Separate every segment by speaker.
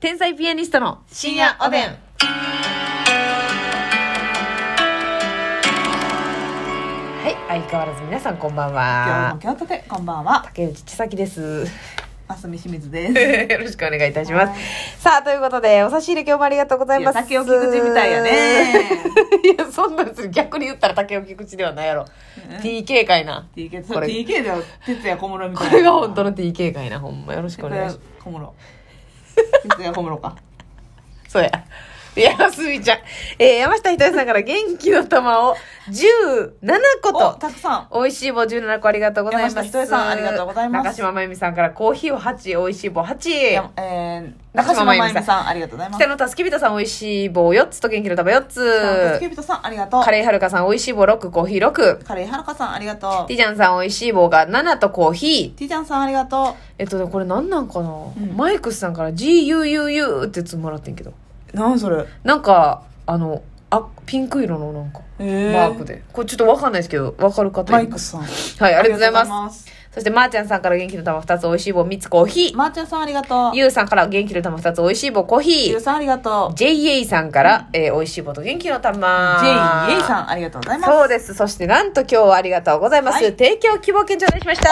Speaker 1: 天才ピアニストの
Speaker 2: 深夜おでん。
Speaker 1: はい相変わらず皆さんこんばん
Speaker 2: 今日
Speaker 1: は
Speaker 2: も京都で、こんばんは。
Speaker 1: 竹内千咲です
Speaker 2: あすみ清水です。
Speaker 1: よろしくお願いいたしま
Speaker 2: は
Speaker 1: すさあということでお差し入れ今日もありがとうございます
Speaker 2: いや竹置き口みたいや ね
Speaker 1: いやそんなんする逆に言ったら竹置き口ではないやろ TK かいな
Speaker 2: TK、
Speaker 1: こ
Speaker 2: そう
Speaker 1: れ
Speaker 2: TK だよ、哲也小室みた
Speaker 1: こ
Speaker 2: いな。
Speaker 1: れが本当の TK かいなほんまよろしくお
Speaker 2: 哲
Speaker 1: 願いします
Speaker 2: 也 小室。哲也小室か。
Speaker 1: そうや。いや、すみちゃん。えー、山下ひとりさんから元気の玉を17個
Speaker 2: お、
Speaker 1: と。
Speaker 2: たくさん。
Speaker 1: 美味しい棒17個ありがとうございます。
Speaker 2: 山下ひとりさんありがとうございます
Speaker 1: 中島まゆみさんからコーヒーを8、美味しい棒
Speaker 2: え
Speaker 1: 8。
Speaker 2: ー、
Speaker 1: 中
Speaker 2: 中
Speaker 1: 島
Speaker 2: 島
Speaker 1: ま
Speaker 2: ま
Speaker 1: ゆみさん
Speaker 2: ゆみさん、ありがとうございま
Speaker 1: 北
Speaker 2: す。
Speaker 1: 野たすきびたさん、美味しい棒4つと元気の玉4
Speaker 2: たすき
Speaker 1: つ。
Speaker 2: びとさん、ありがとう。
Speaker 1: カレーはるかさん、美味しい棒6、コーヒー6。
Speaker 2: カレーはるかさん、ありがと
Speaker 1: テ
Speaker 2: う。
Speaker 1: ィジャンさん、美味しい棒が7とコーヒー。
Speaker 2: ティちゃんさん、ありがと
Speaker 1: えっとね、これ何なんかな、
Speaker 2: ん
Speaker 1: マイクスさんから GUUU ってやつもらってんけど。
Speaker 2: う。なんそれ。
Speaker 1: なんか、あの、あ、ピンク色のなんか。
Speaker 2: え
Speaker 1: マーク。で。これちょっとわかんないですけど、わかる方
Speaker 2: マ
Speaker 1: い
Speaker 2: イ
Speaker 1: ま
Speaker 2: ク
Speaker 1: す
Speaker 2: さん。あり
Speaker 1: はい、ありがとうございます。
Speaker 2: す。
Speaker 1: そして、まーちゃんさんから元気の玉2つ、美味しい棒3つ、コーヒー。
Speaker 2: まーちゃんさん、ありがとう。
Speaker 1: ゆうさんから元気の玉2つ、美味しい棒、コーヒ
Speaker 2: ゆう
Speaker 1: ー。
Speaker 2: さん、ありがとう。
Speaker 1: JA さんから、えー美味しい棒と元気の玉。
Speaker 2: J. A. さん、ありがとうございます。
Speaker 1: そうです。そして、なんと今日はありがとうございます。
Speaker 2: はい
Speaker 1: 提供希望券頂戴しました。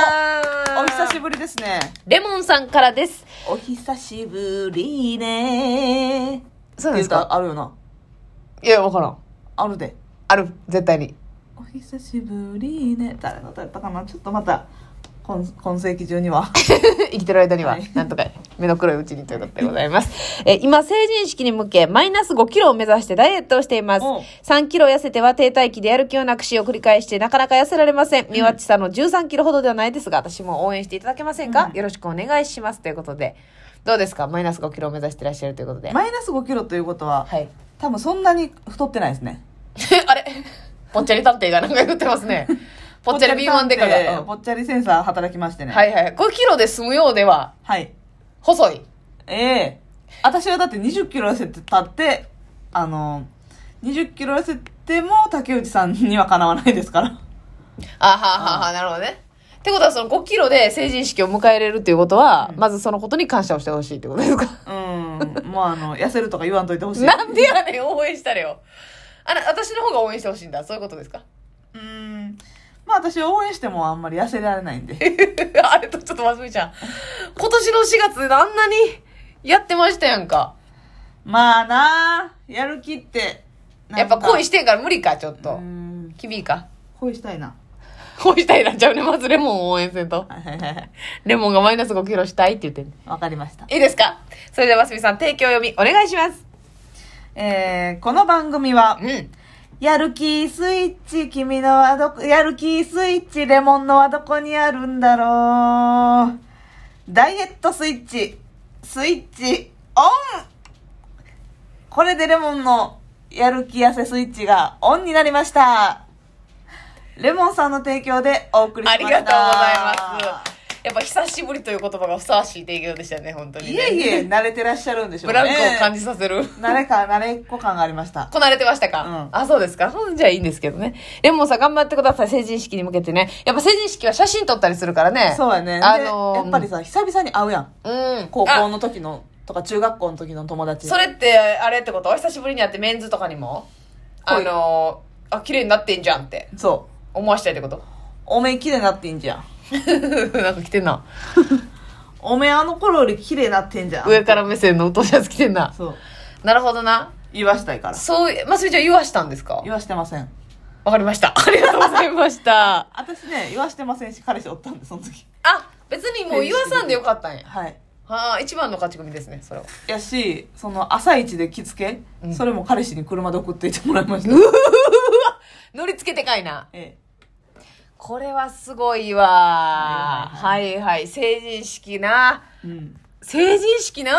Speaker 2: お久しぶりですね。
Speaker 1: レモンさんからです。
Speaker 2: お久しぶりね
Speaker 1: そうなんで
Speaker 2: っていう
Speaker 1: すか
Speaker 2: 歌あるよな。
Speaker 1: いや、わからん。
Speaker 2: あるで。
Speaker 1: ある。絶対に。
Speaker 2: お久しぶりね。誰の歌やったかなちょっとまた、今今世紀中に は。
Speaker 1: 生きてる間には
Speaker 2: はい、
Speaker 1: なんとか目の黒いうちにということでございます。えー今、成人式に向け、マイナス5キロを目指してダイエットをしています
Speaker 2: おう。
Speaker 1: 3キロ痩せては停滞期でやる気をなくしを繰り返して、なかなか痩せられません。みわっちさんの13キロほどではないですが、私も応援していただけませんか、
Speaker 2: うん
Speaker 1: よろしくお願いします。ということで、どうですかマイナス5キロを目指してらっしゃるということで。
Speaker 2: マイナス5キロということは、
Speaker 1: はい。
Speaker 2: 多分そんなに太ってないですね。
Speaker 1: あれぽっちゃり探偵がなんか言ってますね。 ぽっちゃり敏腕デカ
Speaker 2: ぽっちゃ
Speaker 1: が。うん
Speaker 2: り探偵ぽっちゃりセンサー働きましてね。。
Speaker 1: はいいはい。5キロで済むようでは、
Speaker 2: はい。
Speaker 1: 細い。
Speaker 2: ええ私はだって20キロ痩せてたって、あの、20キロ痩せても竹内さんにはかなわないですから。
Speaker 1: あはあはあはあ、なるほどね。ってことは、その5キロで成人式を迎えれるっていうことは、まずそのことに感謝をしてほしいってことです か
Speaker 2: うん。もうあの、痩せるとか言わんといてほしい。
Speaker 1: なんでやねん、応援したれよ。あな、私の方が応援してほしいんだ。そういうことですか
Speaker 2: うーん。まあ私応援してもあんまり痩せられないんで。
Speaker 1: あれとちょっとまずみちゃん。今年の4月、あんなにやってましたやんか。
Speaker 2: まあなあやる気って。。
Speaker 1: やっぱ恋しててんから無理か、ちょっ
Speaker 2: うー
Speaker 1: と。
Speaker 2: ん。
Speaker 1: 君か。
Speaker 2: 恋したいな。
Speaker 1: 恋したいなっちゃうね。まずレモンを応援せんと。
Speaker 2: はいはいはいはい。
Speaker 1: レモンがマイナス5キロしたいって言ってんね
Speaker 2: わかりました。
Speaker 1: いいですかそれでは、ますみさん、提供読み、お願いします。
Speaker 2: えー、この番組は
Speaker 1: う、ん。
Speaker 2: やる気スイッチ、君のはどこ、やる気スイッチ、レモンのはどこにあるんだろう。ダイエットスイッチ、スイッチ、オンこれでレモンのやる気痩せスイッチがオンになりました。レモンさんの提供でお送りしま
Speaker 1: あ
Speaker 2: した。
Speaker 1: りがとうございます。やっぱ久しぶりという言葉がふさわしい提供でしたね、本当に、ね。
Speaker 2: いえいえ、慣れてらっしゃるんでしょ
Speaker 1: ブ
Speaker 2: う
Speaker 1: ラ
Speaker 2: ね。
Speaker 1: ンクを感じさせ る。
Speaker 2: 慣れか、慣れっこ感がありました。
Speaker 1: こなれてましたか、
Speaker 2: うん
Speaker 1: あ、そうですか。ほんじゃいいんですけどね。レモンさん頑張ってください、成人式に向けてね。やっぱ成人式は写真撮ったりするからね。
Speaker 2: そうやね。で
Speaker 1: あのー
Speaker 2: やっぱりさ、久々に会うやん。
Speaker 1: うん。
Speaker 2: 高校
Speaker 1: あ
Speaker 2: の時のとか中学校の時の友達
Speaker 1: それって、あれってことお久しぶりに会ってメンズとかにもあ
Speaker 2: はい
Speaker 1: のーあ、綺麗になってんじゃんって
Speaker 2: そう
Speaker 1: 思わしたいってこと
Speaker 2: おめえ綺麗になってんじゃん
Speaker 1: なんか来てんな。
Speaker 2: おめえあの頃より綺麗になってんじゃん
Speaker 1: 上から目線のうとうシャツ着てんな。
Speaker 2: そう
Speaker 1: なるほどな。
Speaker 2: 言わしたいから
Speaker 1: そういう、ますみちゃん言わしたんですか
Speaker 2: 言わしてません
Speaker 1: わかりました。ありがとうございま した。
Speaker 2: 私ね言わしてませんし彼氏おったんでその時
Speaker 1: あ別にもう言わさんでよかったんや
Speaker 2: はい
Speaker 1: はあ一番の勝ち組ですねそれは
Speaker 2: やしその朝一で着付け、
Speaker 1: うん
Speaker 2: それも彼氏に車で送っていってもらいました、
Speaker 1: 乗り付けてかいな
Speaker 2: ええ
Speaker 1: これはすごいわは
Speaker 2: はい
Speaker 1: はい成人式な
Speaker 2: うん
Speaker 1: 成人式な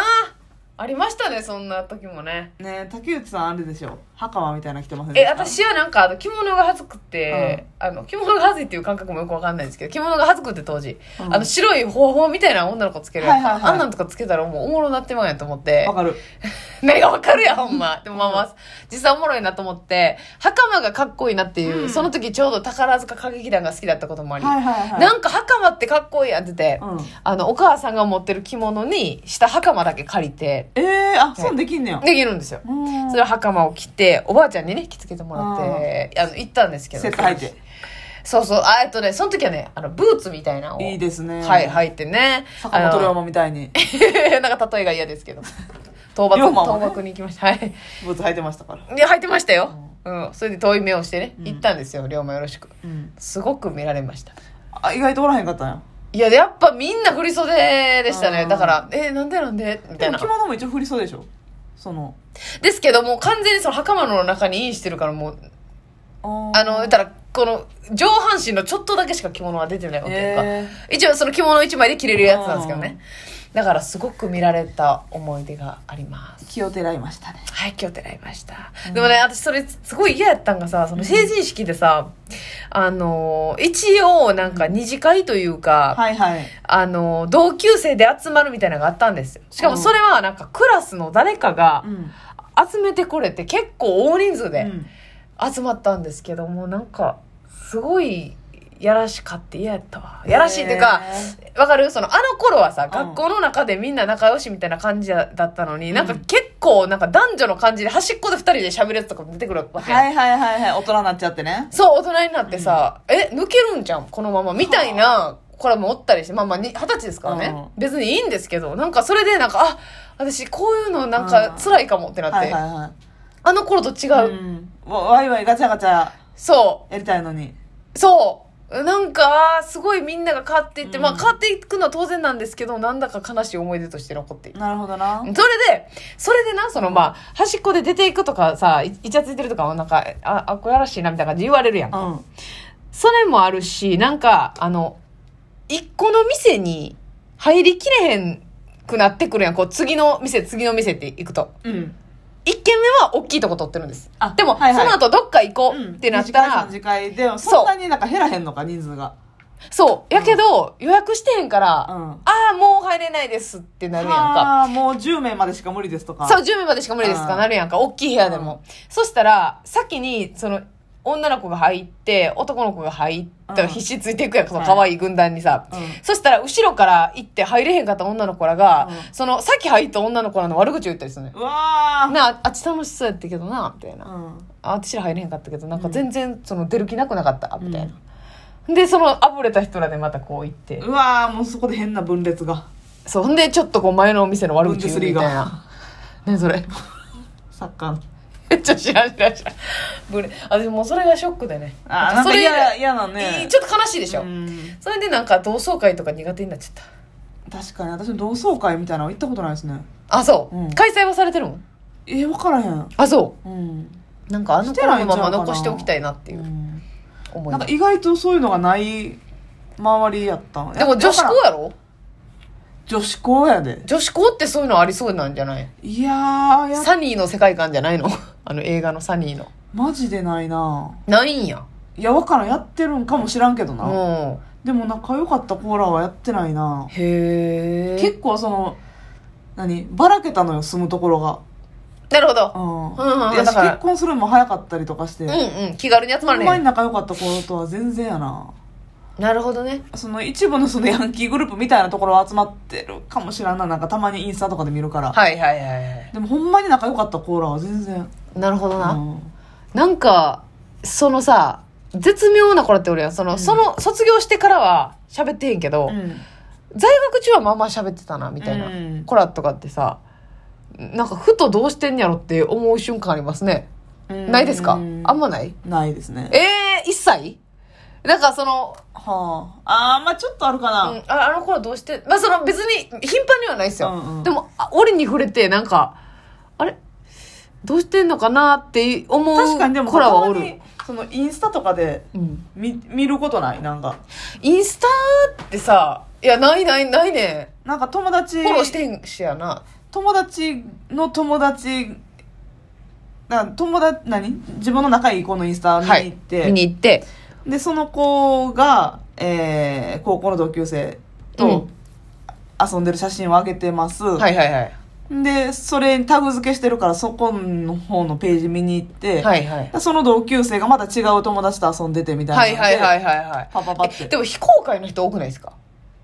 Speaker 1: ありましたねそんな時もね
Speaker 2: ねえ竹内さんあれでしょ袴みたいなの着てませんで
Speaker 1: え
Speaker 2: した
Speaker 1: 私はなんかあの着物がはずくって、あの着物がはずいっていう感覚もよくわかんないんですけど着物がはずくって当時、
Speaker 2: うん
Speaker 1: あの白い方法みたいな女の子つけるやつ、
Speaker 2: はいはいはい
Speaker 1: あんなんとかつけたらもうおもろなってまうんやと思って
Speaker 2: わかる
Speaker 1: 目がわかるやん、ほんま。でもまあまあ、実際おもろいなと思って、袴がかっこいいなっていう、
Speaker 2: うん
Speaker 1: その時ちょうど宝塚歌劇団が好きだったこともあり、
Speaker 2: はいはいはい。
Speaker 1: なんか袴ってかっこいいやってて、
Speaker 2: うん
Speaker 1: あの、お母さんが持ってる着物に、下袴だけ借りて、
Speaker 2: ええー、あ、そうできんねや。
Speaker 1: できるんですよ。
Speaker 2: うん
Speaker 1: それ袴を着て、おばあちゃんにね、着付けてもらって、あの、行ったんですけど。
Speaker 2: セット入って。
Speaker 1: そうそう。あ、えっとね、その時はね、あの、ブーツみたいなのを。
Speaker 2: いいですね。
Speaker 1: はい、入ってね。
Speaker 2: 坂本龍馬みたいに、
Speaker 1: あの なんか例えが嫌ですけど。倒幕、
Speaker 2: 龍馬もね
Speaker 1: 倒幕に行きました。はい。
Speaker 2: ブーツ履いてましたから。
Speaker 1: で、入ってましたよ。うん。それで遠い目をしてね、
Speaker 2: うん
Speaker 1: 行ったんですよ、龍馬よろしく。
Speaker 2: うん。
Speaker 1: すごく見られました。
Speaker 2: あ、意外とおらへんかったんや。
Speaker 1: いや、でやっぱみんな振り袖でした
Speaker 2: う
Speaker 1: ね。
Speaker 2: ん
Speaker 1: だから、えーなんでなんでみた
Speaker 2: で
Speaker 1: い
Speaker 2: も
Speaker 1: な
Speaker 2: 着。物も一応振りそうでしょその。
Speaker 1: ですけど、もう完全にその袴の中にインしてるから、もう、あ
Speaker 2: あ
Speaker 1: の、言ったら、この、上半身のちょっとだけしか着物は出てないわけやんか。
Speaker 2: え
Speaker 1: 一応その着物一枚で着れるやつなんですけどねだからすごく見られた思い出があります
Speaker 2: 気をてらいましたね。
Speaker 1: はい今日てらいました、でもね私それすごい嫌やったんがさその成人式でさ、あのー一応なんか二次会というか、
Speaker 2: はいはい。
Speaker 1: あのー同級生で集まるみたいなのがあったんですよしかもそれはなんかクラスの誰かが
Speaker 2: うん。
Speaker 1: 集めてくれて結構大人数
Speaker 2: う
Speaker 1: で
Speaker 2: ん
Speaker 1: 集まったんですけどもなんかすごいやらしかって嫌やったわやらしいっていうか、
Speaker 2: へー
Speaker 1: わかるそのあの頃はさ、
Speaker 2: ん
Speaker 1: 学校の中でみんな仲良しみたいな感じだったのに、
Speaker 2: うん
Speaker 1: なんか結構なんか男女の感じで端っこで二人で喋るやつとかも出てくるわけやん、
Speaker 2: はいはいはいはい。大人になっちゃってね。
Speaker 1: そう大人になってさ、え抜けるんじゃんこのままみたいなこれもおったりしてまあまあに二十歳ですからね、別にいいんですけどなんかそれでなんかあ私こういうのなんか辛いかもってなって、
Speaker 2: はいはいはい。
Speaker 1: あの頃と違う、
Speaker 2: うん、わわいわいガチャガチャ
Speaker 1: そう
Speaker 2: やりたいのに
Speaker 1: そうなんか、あーすごいみんなが変わっていって、
Speaker 2: うん
Speaker 1: まあ変わっていくのは当然なんですけど、なんだか悲しい思い出として残っている。
Speaker 2: なるほどな
Speaker 1: それで、それでな、そのまあ、端っこで出ていくとかさ、いいちゃついてるとかはなんか、あ、あっこやらしいなみたいな感じで言われるやん。
Speaker 2: うん
Speaker 1: それもあるし、なんか、あの、一個の店に入りきれへんくなってくるやん。こう、次の店、次の店って行くと。
Speaker 2: うん
Speaker 1: 一軒目は大きいとこ取ってるんです。
Speaker 2: あ
Speaker 1: でも、
Speaker 2: はいはい
Speaker 1: その後どっか行こ
Speaker 2: う
Speaker 1: うんってなったら、
Speaker 2: 二次会三次会でも
Speaker 1: そう
Speaker 2: そんなになんか減らへんのか人数が
Speaker 1: そう。やけど、予約してへんから、
Speaker 2: うん
Speaker 1: ああ、もう入れないですってなるやんか。
Speaker 2: ああもう10名までしか無理ですとか
Speaker 1: そう、10名までしか無理ですと
Speaker 2: う
Speaker 1: か
Speaker 2: ん
Speaker 1: なるやんか。大きい部屋でも。そしたら、先に、その、女の子が入って、男の子が入った
Speaker 2: う
Speaker 1: ら
Speaker 2: ん
Speaker 1: 必死ついていくやんか、その
Speaker 2: はい
Speaker 1: 可愛い軍団にさ。
Speaker 2: うん
Speaker 1: そしたら、後ろから行って入れへんかった女の子らが、
Speaker 2: うん
Speaker 1: その、先入った女の子らの悪口を言ったりするのよ。
Speaker 2: うわ
Speaker 1: なあ、あっち楽しそうやったけどな、みたいな。
Speaker 2: ーうん
Speaker 1: あ私ら入れへんかったけどなんか全然その出る気なくなかったみたいな、でそのあぶれた人らでまたこう行って、
Speaker 2: うわーもうそこで変な分裂が
Speaker 1: そうほんでちょっとこう前のお店の悪口言うみたい
Speaker 2: ブンデスリー
Speaker 1: なねそれ
Speaker 2: サッカーの
Speaker 1: めっちゃ知らん知らん知らんブレあでもそれがショックでね
Speaker 2: あーなん
Speaker 1: そ
Speaker 2: か
Speaker 1: れ以
Speaker 2: 嫌
Speaker 1: 来
Speaker 2: 嫌なね
Speaker 1: いいちょっと悲しいでしょ、
Speaker 2: うん
Speaker 1: それでなんか同窓会とか苦手になっちゃっ
Speaker 2: 確かに私も同窓会みたいなの行ったことないですね
Speaker 1: たあそう、
Speaker 2: うん
Speaker 1: 開催はされてるもん
Speaker 2: えー、分からへん
Speaker 1: あそ
Speaker 2: うん、
Speaker 1: うなんかあの
Speaker 2: して
Speaker 1: 頃
Speaker 2: ない
Speaker 1: の
Speaker 2: んちゃ
Speaker 1: ま
Speaker 2: うか
Speaker 1: ま
Speaker 2: な
Speaker 1: 残しておきたいなって
Speaker 2: う、
Speaker 1: いうん思い
Speaker 2: な
Speaker 1: が
Speaker 2: んか意外とそういうのがない周りやったん
Speaker 1: でも女子校やろ
Speaker 2: 女子校やで
Speaker 1: 女子校ってそういうのありそうなんじゃない
Speaker 2: いやーや
Speaker 1: サニーの世界観じゃないの あの映画のサニーの。
Speaker 2: マジでないな
Speaker 1: ないんや。
Speaker 2: いやわからんやってるんかもしらんけど
Speaker 1: う
Speaker 2: な、
Speaker 1: ん。
Speaker 2: でも仲良かったコーラはやってないな
Speaker 1: へえ。
Speaker 2: 結構その何ばらけたのよ住むところが
Speaker 1: なるほど。
Speaker 2: うん、
Speaker 1: うんうん
Speaker 2: いや
Speaker 1: だから
Speaker 2: 結婚するのも早かったりとかして、
Speaker 1: うんうん。気軽に集ま
Speaker 2: ほんま
Speaker 1: れ
Speaker 2: に
Speaker 1: ね
Speaker 2: 仲良かった頃とは全然やな
Speaker 1: なるほどね。
Speaker 2: その一部のそのヤンキーグループみたいなところは集まってるかもしらんななんかたまにインスタとかで見るから
Speaker 1: はいはいはいはい。
Speaker 2: でもほんまに仲良かったコーラは全然
Speaker 1: なるほどな。
Speaker 2: うん
Speaker 1: なんか、そのさ、絶妙な頃って俺は、その、その、卒業してからは喋ってへんけど、
Speaker 2: うん
Speaker 1: 在学中はまあまあ喋ってたな、みたいな。
Speaker 2: うん
Speaker 1: コラとかってさ、なんかふとどうしてんやろって思う瞬間ありますね。
Speaker 2: うん
Speaker 1: ないですかあん
Speaker 2: うん
Speaker 1: まない
Speaker 2: ないですね
Speaker 1: ええー、一切なんかその、
Speaker 2: はああーまあちょっとあるかな、
Speaker 1: うん、ああの頃どうしてまあその別に頻繁にはないですよ、
Speaker 2: うんうん
Speaker 1: でもあ折に触れてなんかあれどうしてんのかなって思う
Speaker 2: 確かにでも
Speaker 1: 子らはお
Speaker 2: たま
Speaker 1: る
Speaker 2: に、そのインスタとかで
Speaker 1: うん、
Speaker 2: 見見ることないなんか
Speaker 1: インスタってさいやないないないね
Speaker 2: なんか友達
Speaker 1: フォローしてんしやな
Speaker 2: 友達の友達な友達何自分の仲いい子のインスタ見に行って、
Speaker 1: はい、見に行って
Speaker 2: でその子が、えー高校の同級生
Speaker 1: う
Speaker 2: と
Speaker 1: ん
Speaker 2: 遊んでる写真を上げてます、
Speaker 1: はいはいはい
Speaker 2: でそれにタグ付けしてるからそこの方のページ見に行って、
Speaker 1: はいはい。
Speaker 2: その同級生がまた違う友達と遊んでてみた
Speaker 1: はいい
Speaker 2: なの
Speaker 1: は
Speaker 2: で
Speaker 1: いはいはいはい。
Speaker 2: パパパって
Speaker 1: えでも非公開の人多くないですか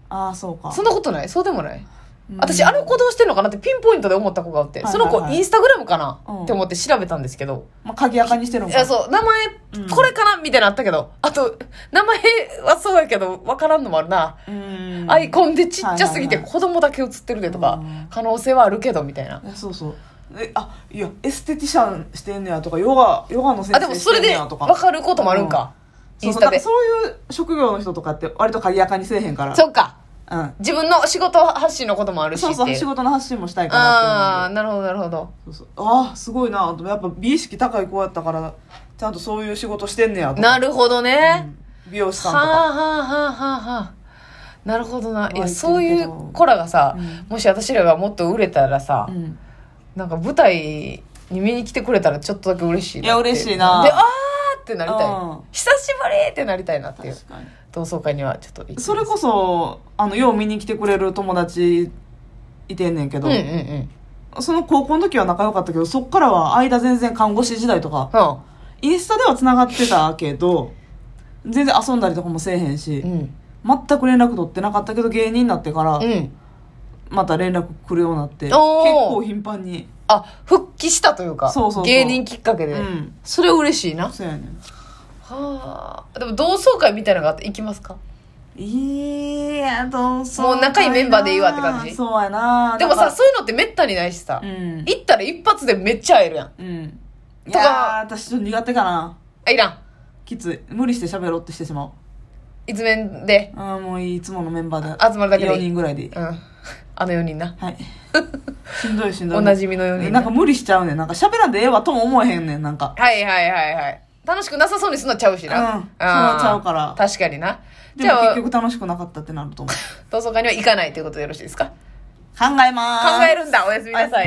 Speaker 2: ああそうか
Speaker 1: そんなことないそうでもない
Speaker 2: うん
Speaker 1: 私あの行動してるのかなってピンポイントで思った子がおって、
Speaker 2: はいはい
Speaker 1: その子
Speaker 2: はい
Speaker 1: インスタグラムかな、
Speaker 2: うん
Speaker 1: って思って調べたんですけど、
Speaker 2: まあ、鍵垢にしてるん
Speaker 1: い
Speaker 2: か
Speaker 1: やそう名前
Speaker 2: うん
Speaker 1: これかなみたいなのあったけどあと名前はそうやけど分からんのもあるな、
Speaker 2: うん
Speaker 1: アイコンでちっちゃすぎて
Speaker 2: はいはいは
Speaker 1: 子
Speaker 2: い
Speaker 1: 供だけ写ってるでとか、
Speaker 2: うん
Speaker 1: 可能性はあるけどみたいな、
Speaker 2: えそうそうえあいやエステティシャンしてんねやとかヨガヨガの先
Speaker 1: あでも
Speaker 2: 生
Speaker 1: そ
Speaker 2: し
Speaker 1: れ
Speaker 2: てんね
Speaker 1: で
Speaker 2: やと
Speaker 1: 分
Speaker 2: か
Speaker 1: かることもあるんか、イ
Speaker 2: そう
Speaker 1: ン
Speaker 2: そ
Speaker 1: ス
Speaker 2: う
Speaker 1: タ
Speaker 2: だから
Speaker 1: で
Speaker 2: そういう職業の人とかって割と鍵垢にせえへんから
Speaker 1: そっか
Speaker 2: うん
Speaker 1: 自分の仕事発信のこともあるし
Speaker 2: そうそう
Speaker 1: ってい
Speaker 2: 仕事の発信もしたいか
Speaker 1: あ
Speaker 2: ら
Speaker 1: あ
Speaker 2: っ
Speaker 1: なるほどなるほど
Speaker 2: ていうのでそうそうああすごいなとやっぱ美意識高い子やったからちゃんとそういう仕事してんねやとか
Speaker 1: なるほどね、
Speaker 2: うん美容師さんと
Speaker 1: は
Speaker 2: か
Speaker 1: あはあはあはあはあなるほどないや
Speaker 2: 湧いてるけど
Speaker 1: そういう子らがさ、
Speaker 2: うん
Speaker 1: もし私らがもっと売れたらさ、
Speaker 2: うん
Speaker 1: なんか舞台に見に来てくれたらちょっとだけ嬉しいなって
Speaker 2: いや嬉しいな
Speaker 1: であーってなりたい、
Speaker 2: うん
Speaker 1: 久しぶりってなりたいなっていう
Speaker 2: 確かに
Speaker 1: 同窓会にはちょっと行って
Speaker 2: それこそあのよう見に来てくれる友達いてんねんけ
Speaker 1: うん
Speaker 2: ど、
Speaker 1: うんうん
Speaker 2: その高校の時は仲良かったけどそっからは間全然看護師時代とかインスタではつながってたけど全然遊んだりとかもせえへんし
Speaker 1: うんうん
Speaker 2: 全く連絡取ってなかったけど芸人になってから
Speaker 1: うん
Speaker 2: また連絡来るようになって
Speaker 1: おー
Speaker 2: 結構頻繁に
Speaker 1: あ復帰したというか
Speaker 2: そうそうそう
Speaker 1: 芸人きっかけ
Speaker 2: う
Speaker 1: で、
Speaker 2: ん
Speaker 1: それ嬉しいな
Speaker 2: そうやねん
Speaker 1: はあでも同窓会みたいなのがあって行きますか
Speaker 2: いやどう
Speaker 1: もう仲いいメンバーでいいわって感じ
Speaker 2: そうやな
Speaker 1: でも
Speaker 2: な
Speaker 1: さ
Speaker 2: んか
Speaker 1: そういうのってめったにないしさ、
Speaker 2: うん
Speaker 1: 行ったら一発でめっちゃ会えるやん
Speaker 2: うん
Speaker 1: と
Speaker 2: い
Speaker 1: か
Speaker 2: やー私ちょっと苦手かな
Speaker 1: あいらん
Speaker 2: きつい無理して喋ろうってしてしまう
Speaker 1: いつめんで
Speaker 2: あーもういいいつものメンバーで
Speaker 1: 集まるだけでいい
Speaker 2: 4人ぐらいでいい
Speaker 1: うんあの4人な
Speaker 2: はい しんどいしんどい
Speaker 1: おなじみの4人な
Speaker 2: な
Speaker 1: ん
Speaker 2: か無理しちゃうねんなんか喋らんでええわとも思えへんねんなんか
Speaker 1: はいはいはいはい楽しくなさそうにすんのちゃうしな
Speaker 2: うん
Speaker 1: あー
Speaker 2: そらちゃうから
Speaker 1: 確かにな
Speaker 2: で
Speaker 1: じ
Speaker 2: も
Speaker 1: ゃあ
Speaker 2: 結局楽しくなかったってなると思う
Speaker 1: 同窓会には行かないということでよろしいですか
Speaker 2: 考えまーす
Speaker 1: 考えるんだおやすみなさい